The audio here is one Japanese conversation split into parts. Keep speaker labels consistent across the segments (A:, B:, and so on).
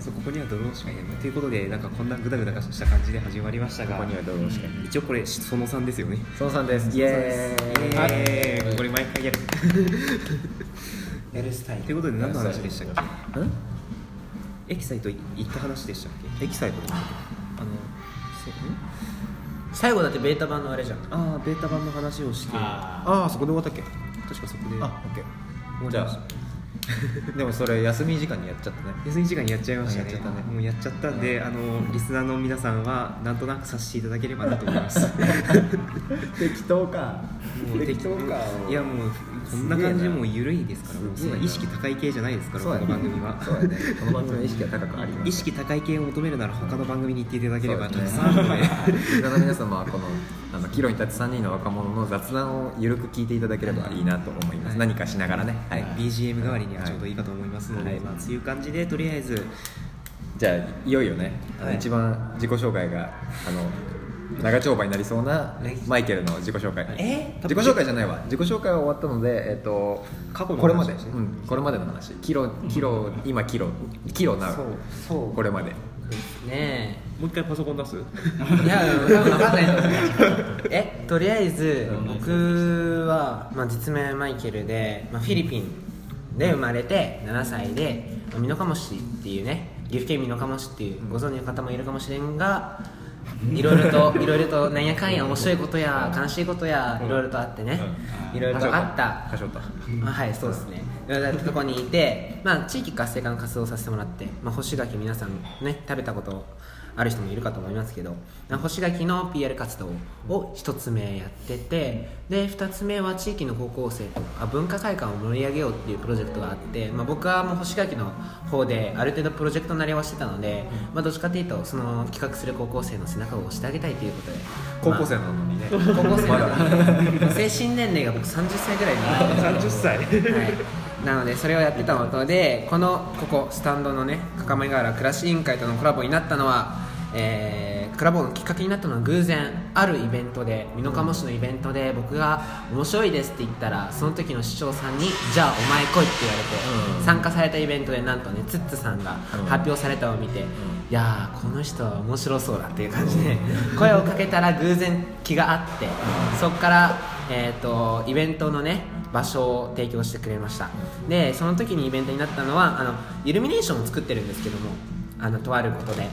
A: そうここにはドローンしかいないということでなんかこんなグダグダした感じで始まりましたが
B: ここにはドローンしかいない
A: 一応これその3ですよね
B: そのさんですイ
A: イ
B: エーイ
A: エー
B: は
A: イ
B: い
A: これ毎回やる
B: やるスタイル
A: ということで何の話でしたっ
B: ん
A: けエキサイト行った話でしたっけ
B: エキサイトだ
A: あのせん
C: 最後だってベータ版のあれじゃん
A: ああベータ版の話をして
C: あ
B: ああそこで終わったっけ
A: 確かそこで
B: あオッケ
A: 終
B: ー
A: わ
B: じ
A: り
B: ゃ
A: ました
B: あ でもそれ休み時間にやっちゃったね
A: 休み時間にやっちゃいましたね
B: やっちゃったね
A: もうやっちゃったんで、あのリスナーの皆さんはなんとなく察していただければなと思い ます
B: 適当か
A: いやもうこんな
B: すげえな
A: 感じもう緩いですからもう
B: す
A: そん
B: げえな
A: な意識高い系じゃないですから
B: そう
A: こ
B: や
A: の
B: ね
A: 番組は
B: そうやねこの番組の意識が高くあります
A: 意識高い系を求めるなら他の番組に行っていただければ
B: そう
A: た
B: で
A: く
B: す
A: さ
B: ね
A: んあるので
B: いろんな 皆様はこのあの岐路に立つ3人の若者の雑談を緩く聞いていただければいいなと思います、
A: はい
B: 何かしながらねはい、
A: BGM 代わりにはちょうどいいかと思いますので、
B: はい
A: まあそういう感じでとりあえず
B: じゃあいよいよね、あの
A: はい
B: 一番自己紹介があの長丁場になりそうなマイケルの自己紹介
C: え
B: 自己紹介じゃないわ自己紹介は終わったので、えっと
A: 過去の話
B: これまで、
A: ですね
B: うん、これまでの話キロキロ今キロキロな
C: そう
B: これまで
C: ね
A: もう一回パソコン出す
C: えいや多分 分かんないと思うえとりあえず僕は、まあ、実名マイケルで、まあ、フィリピンで生まれて7歳でまあ美濃加茂市っていうね岐阜県美濃加茂市っていうご存知の方もいるかもしれんがいろい ろといろいろとなんやかんや面白いことや悲しいことやいろいろとあってねいろいろとあった
B: はしょった
C: あはいそうですねいろいろなとこにいて、まあ、地域活性化の活動をさせてもらって、まあ、干し柿皆さんね食べたことある人もいるかと思いますけどまあ干し柿の PR 活動を1つ目やっててで2つ目は地域の高校生とあ文化会館を盛り上げようっていうプロジェクトがあって、まあ、僕はもう干し柿の方である程度プロジェクトなりはしてたので、まあ、どっちかというとその企画する高校生の背中を押してあげたいということで
B: 高校生なのにね、
C: まあ高校生
B: ま
C: な
B: だ
C: ので精神年齢が僕30歳ぐらいになって
A: 30
C: る
A: 歳
C: はい、なのでそれをやってたのとでこのここスタンドのねかかまいがわら暮らし委員会とのコラボになったのは、えーコラボのきっかけになったのは偶然あるイベントで美濃加茂市のイベントで僕が「面白いです」って言ったらその時の市長さんに「じゃあお前来い」って言われて、
B: うん
C: 参加されたイベントでなんとねツッツさんが
B: うん
C: 発表されたのを見て、いやーこの人は面白そうだっていう感じで声をかけたら偶然気があってそこから、えー、とイベントのね場所を提供してくれましたでその時にイベントになったのはあのイルミネーションを作ってるんですけどもあのとあることで、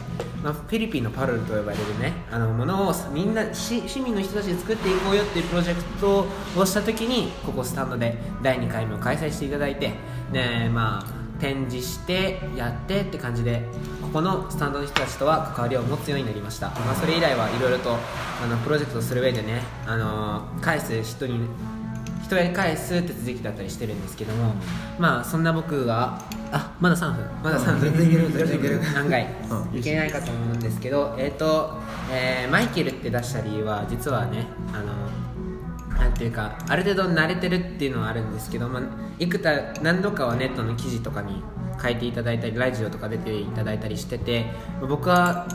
C: まあ、フィリピンのパルルと呼ばれるねあのものをみんな市市民の人たちで作っていこうよっていうプロジェクトをした時にここスタンドで第2回目を開催していただいてでまあ展示してやってって感じでここのスタンドの人たちとは関わりを持つようになりました、まあ、それ以来はいろいろとあのプロジェクトをする上でね、あのー返す人に人へ返す手続きだったりしてるんですけども、まあそんな僕があまだ3分まだ3分、
B: うん全然いける全然いける
C: 案外、
B: うん
C: いけないかと思うんですけど、えーとえーマイケルって出した理由は実はねあのなんていうかある程度慣れてるっていうのはあるんですけど、まあ、いくた何度かはネットの記事とかに書いていただいたりラジオとか出ていただいたりしてて僕は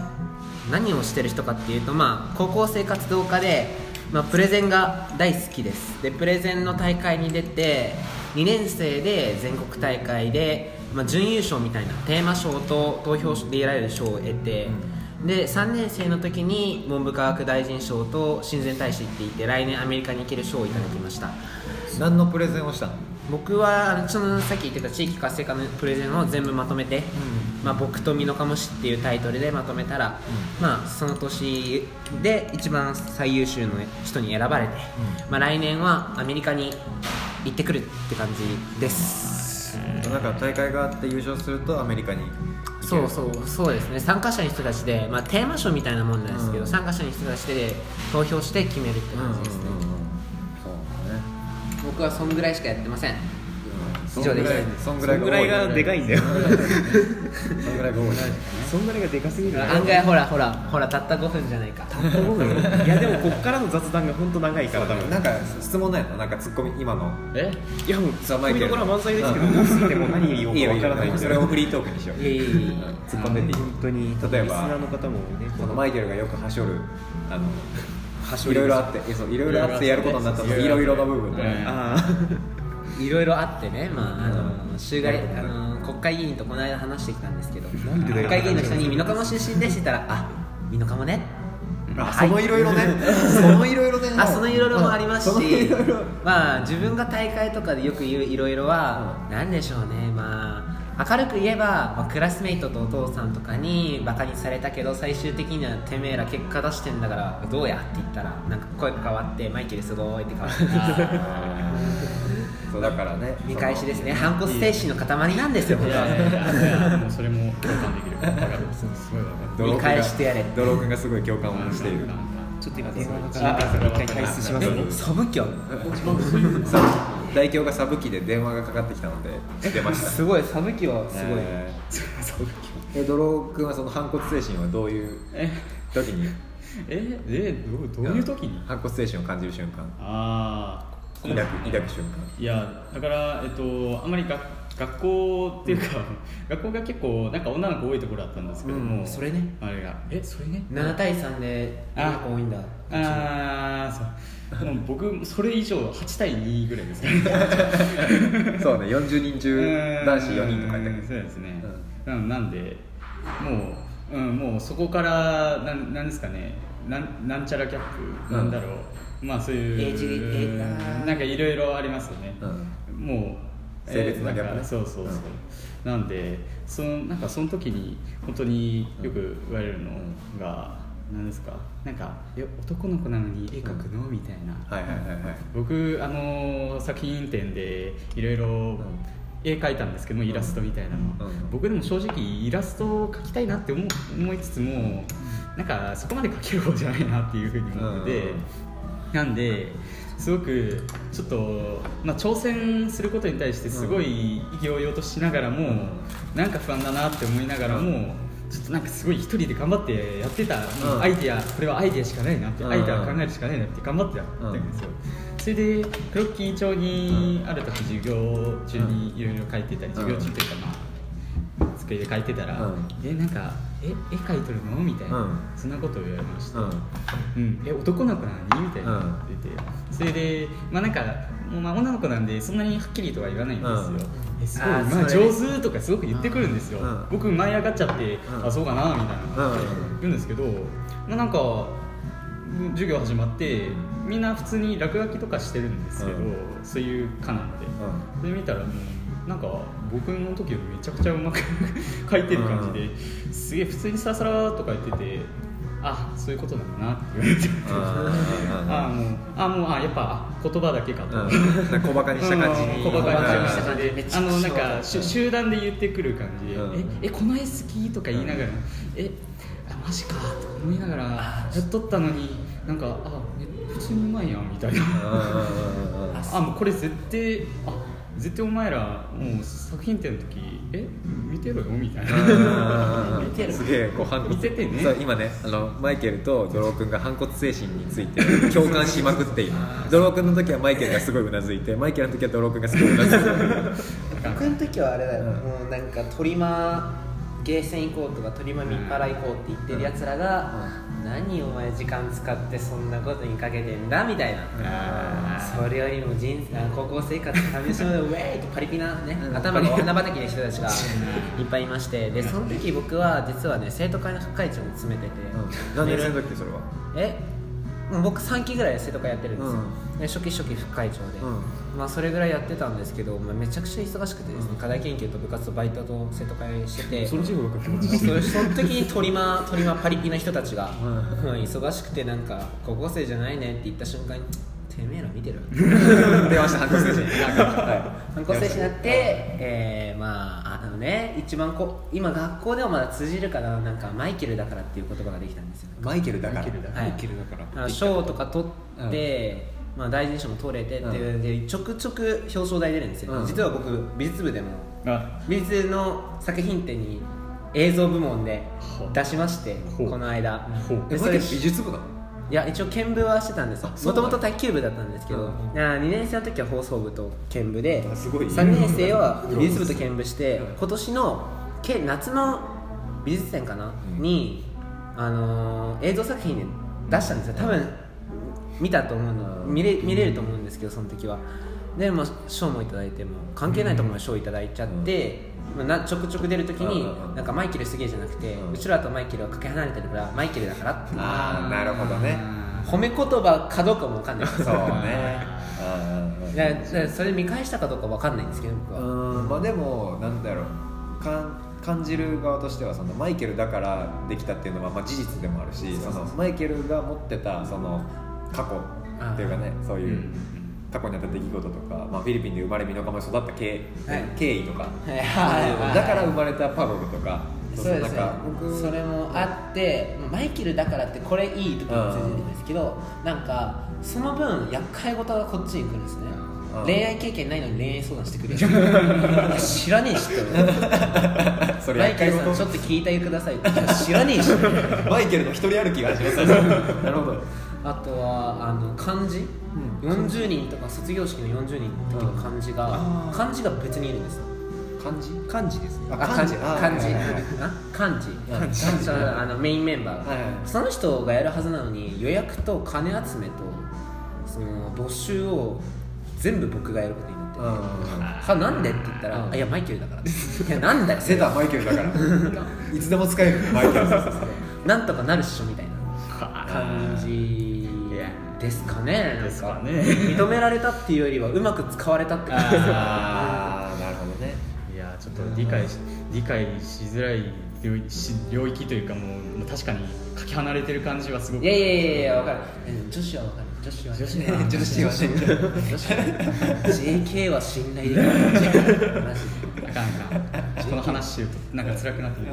C: 何をしてる人かっていうと、まあ、高校生活動家で、まあ、プレゼンが大好きですでプレゼンの大会に出て2年生で全国大会で、まあ、準優勝みたいなテーマ賞と投票で得られる賞を得て、で3年生の時に文部科学大臣賞と親善大使って言って来年アメリカに行ける賞をいただきました
B: 何のプレゼンをしたの
C: 僕はあのそのさっき言ってた地域活性化のプレゼンを全部まとめて「まあ、僕と美濃加茂市」っていうタイトルでまとめたら、まあ、その年で一番最優秀の人に選ばれて、まあ、来年はアメリカに行ってくるって感じです
B: なんか大会があって優勝するとアメリカに
C: そうそうそうですね参加者の人たちで、まあ、テーマ賞みたいなもんなんですけど、
B: うん
C: 参加者の人たちで投票して決めるって感じですね、
B: そうだね
C: 僕はそんぐらいしかやってません
B: そんぐらいそんぐらい
A: そんぐらいが
B: 多
A: でかいんだよ
B: そんぐらいが多い
A: そんぐらいがでかすぎるな
C: 案外ほらほらほらたった5分じゃないか
A: いやでもこっからの雑談が本当長いから多分
B: なんか質問ないのなんかツッコミ今の
C: え
A: いやもう
B: さあマイ
A: こう
B: ケ
A: いうと
B: ル
A: ころは満載ですけど多すぎてもう何言おうかわからないん
B: そ
A: で
B: れをフリートークにしよう
C: いやいやいやいや
B: 突っ込んでっていい
A: 本当に
B: 例えば
A: リスナーの方もね
B: このマイケルがよくはしょるあの
A: 端
B: い
A: 折
B: ろ
A: りで
B: い
A: す
B: ろあってえそういろいろあってやることになったと
D: いろ
B: い
D: いろ
B: ろいろ
D: あって
B: な部分で
D: うん
A: ああ
C: いろいろあってね、まああの
B: うん
C: 週外あの高国会議員とこの間話してきたんですけど
A: んでだ
C: 国
A: よ
C: 会議員の人に「美濃加茂出身です」って言ったら「あ美濃加茂ね」
B: あそのいろいろね、そのいろいろね
C: あそのいろいろもあります
B: その
C: し
B: 色々
C: まあ自分が大会とかでよく言ういろいろは何でしょうねまあ明るく言えば、まあクラスメイトとお父さんとかにバカにされたけど最終的にはてめえら結果出してんだからどうやって言ったらなんか声が変わってマイケルすごいって変わって
B: そうだからね
C: 見返しですね反骨精神の塊なんですよ僕は
D: もうそれも共感できる分かるすごい分かる
B: その
C: 見返してやれ
B: ドロー君がすごい共感をしている
A: ちょっと今電話がか
D: あ
A: かってきたから一回
D: あ
A: 退出します
D: え
C: サブキョ
B: さ大京がサブ機で電話がかかってきたので出ました
C: すごいサブキョすごい、
B: えーえドロー君はその反骨精神はどういう
D: え
B: 時に
D: ええどうどういう時に
B: 反骨精神を感じる瞬間
D: ああ
B: 抱く抱く瞬
D: いやだから、えっと、あんまりが学校っていうか学校が結構なんか女の子多いところだったんですけども、
C: うんそれね
D: あれがえそれね
C: 7対3で女の子多いんだ
D: ああそうもう僕それ以上8対2ぐらいですからね
B: 間そうね40人中男子4人とかいたけ
D: うん
B: ど
D: そうですね、うん、なんでもう、うん、もうそこからなんなんですかねなんなんちゃらキャップなんだろう、まあそうい
C: エイジ
D: う
C: エイあー
D: なんかいろいろありますよね、もう
B: 性別のギャップね
D: なんかそうそうそう、なんでそのなんかその時に本当によく言われるのが、なんですかなんかえ男の子なのに絵描くの、みたいな、
B: はいはいはいはい
D: 僕あのー作品展でいろいろ絵描いたんですけどもイラストみたいなの、
B: うん
D: 僕でも正直イラストを描きたいなって思思いつつもなんかそこまで描ける方じゃないなっていうふうに思ってて、
B: うん
D: なんですごくちょっと、まあ、挑戦することに対してすごい意気揚々としながらも、なんか不安だなって思いながらも、ちょっとなんかすごい一人で頑張ってやってた、もう
B: うん
D: アイデアこれはアイデアしかないなって、
B: うん
D: アイデアを考えるしかないなって頑張ってやってたんですよ、それでクロッキー帳にある時授業中にいろいろ書いてたり、
B: ん
D: 授業中というかまあ机で書いてたら、
B: うん
D: えなんかえ絵描いとるのみたいな、
B: うん
D: そんなことを言われました、
B: うん
D: うん、え男の子なのにみたいな
B: うん
D: 言ってて、それでまあなんかもうまあ女の子なんでそんなにはっきりとは言わないんですよ、
B: う
D: えすごい
C: あー
D: まあ
C: それ
D: 上手とかすごく言ってくるんですよ、
B: うん
D: 僕舞い上がっちゃって、
B: うん
D: あそうかなみたいな、
B: うん
D: 言うんですけど、まあ、なんか授業始まってみんな普通に落書きとかしてるんですけど、
B: うん
D: そういう科なので、それ見たらもうなんか僕の時よりめちゃくちゃうまく 書いてる感じで、すげえ普通にサラサラとか言っててあそういうことなんだなって言われてあ もうあもうあやっぱあ言葉だけかと、
B: うんなんか小バカにした感じ
D: うん
B: に
D: 小バカにした
C: う
D: 感
C: ん
D: じで
C: めっちゃ
D: あの
C: くち
D: な
C: ゃ
D: んかしゅ集団で言ってくる感じで、
B: うん
D: ええこの絵好きとか言いながら、えあマジかと思いながらやっとったのになんかあえ普通にうまいやんみたいな。
B: うん
D: あもうこれ絶対あ絶対お前らもう作品展の時え見てろよみたいな
B: 見てるすげえこう反骨
D: 見ててね
B: そう今ねあのマイケルとドロー君が反骨精神について 共感しまくっているドロー君の時はマイケルがすごいうなずいてマイケルの時はドロー君がすごいうなず いて
C: 僕の時はあれだよ、もうなんかトリマーゲーセン行こうとかトリマー見っ払い行こうって言ってるやつらが、何お前時間使ってそんなことにかけてんだみたいな、それよりも人生あ高校生活寂しむでウェーイとパリピな、ね頭がお花畑の人たちがいっぱいいましてでその時僕は実はね生徒会の副会長に詰めてて、
B: うん何年生の時それは
C: えもう僕3期ぐらい生徒会やってるんですよ、
B: う
C: で初期初期副会長で、
B: う
C: まあ、それぐらいやってたんですけど、まあ、めちゃくちゃ忙しくてですね、課題研究と部活とバイトと生徒会してて
D: それ地方が気持
C: それその時にトリマトリマパリピな人たちが、
B: う
C: うん忙しくてなんか高校生じゃないねって言った瞬間にてめえら見てる
B: 出ました反骨精神はい
C: 反抗精神になって、えーまああのね一番こう今学校でもまだ通じるかななんかマイケルだからっていう言葉ができたんですよ
B: マイケルだから
C: はいあの賞とか取って、まあ、大臣賞も取れてっていうのでちょくちょく表彰台出るんですよ、
B: うん
C: 実は僕美術部でも
D: あ
C: 美術の作品展に映像部門で
D: ほう
C: 出しまして
D: ほう
C: この間
D: ほう
B: え
C: で
B: マ
C: そ
B: イケル
C: れ
B: 美術部なの
C: いや一応剣舞はしてたんですもともと卓球部だったんですけど、
B: うん
C: 2年生の時は放送部と剣舞で
B: あすごい
C: 3年生は美術部と剣舞して今年のけ夏の美術展かな、
B: うん
C: に、あのー映像作品で出したんですよ多分見たと思うの見れ見れると思うんですけどその時はでもう賞もいただいても関係ないところに賞いただいちゃって、まあなちょくちょく出るときに、
B: うん
C: なんかマイケルすげえじゃなくて、
B: う
C: うんちらとマイケルはかけ離れてるからマイケルだからっていう
B: ああなるほどね
C: 褒め言葉かどうかもわかんないです
B: そうねうん
C: だだからそれ見返したかどうかわかんないんですけど僕は、
B: うんうんまあでもなんだろうかん感じる側としてはそのマイケルだからできたっていうのはまあ事実でもあるしそのマイケルが持ってたその過去っていうかねそう
D: う
B: いうん過去にあった出来事とか、まあ、フィリピンで生まれ身の釜に育った経,、
C: はい
B: 経緯とか、
C: はいはいは い
B: だから生まれたパゴルとか
C: そうですね
B: なんか僕
C: それもあってマイケルだからってこれいいとか言ってるんですけどなんかその分厄介事がこっちに来るんですね
B: うん
C: 恋愛経験ないのに恋愛相談してくるやつ知らねえし
B: あ そ
C: と
B: れ
C: マイ
B: 厄介
C: ケルさんち
B: 事
C: ょっと聞いてくださいって知らねえし
B: マイケルの一人歩きが始まった なるほど
C: あとはあの漢字、40人とか卒業式の40人の時の漢字が、
B: あー
C: 漢字が別にいるんですよ
B: 漢字
A: 漢字ですね
B: あ漢字あ
C: 漢字
B: はいはいはい
C: あ漢字
B: 漢字
C: そうあのメインメンバーが、
B: はいはい
C: その人がやるはずなのに予約と金集めとその募集を全部僕がやることになって
B: うん
C: はなんでって言ったら、
B: うん
C: あいやマイケル だからっていやなんだよ
B: セダマイケルだからいつでも使えるマイケル
C: なんとかなるっしょみたいな感じですかねなん
D: ですか
C: か
D: ね
C: 認められたっていうよりはうまく使われたって感じです
B: ああなるほどね
D: いやーちょっと理解し理解しづらい領域し領域というかもうもう確かにかけ離れてる感じはすごく
C: いやいやいやいやわかるうん女子はわかる女子は
D: 女子
C: ね
D: は
B: 女子は信頼
C: 女子は JK は信頼できないマジ で
D: あかんあかんこの話してるとなんか辛くなってく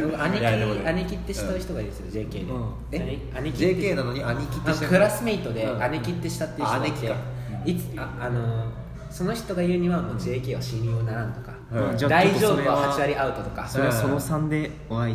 D: る
C: 僕兄
B: いやでもね
C: 貴兄貴って慕う人がいるんですよ、JK で、
B: うんえ
C: 兄兄貴って
B: JK なのに兄貴って
C: あ
B: 知らない
C: クラスメイトで
B: うん
C: 姉貴ってしたっていう人がいて
B: あ
C: いつああのーその人が言うにはもう JK は信用ならんとか、
B: うん
A: じゃあ
C: 大丈
A: ちょっとそ
C: 夫
A: れは
C: は8割アウトとか
A: それはその3でお会いし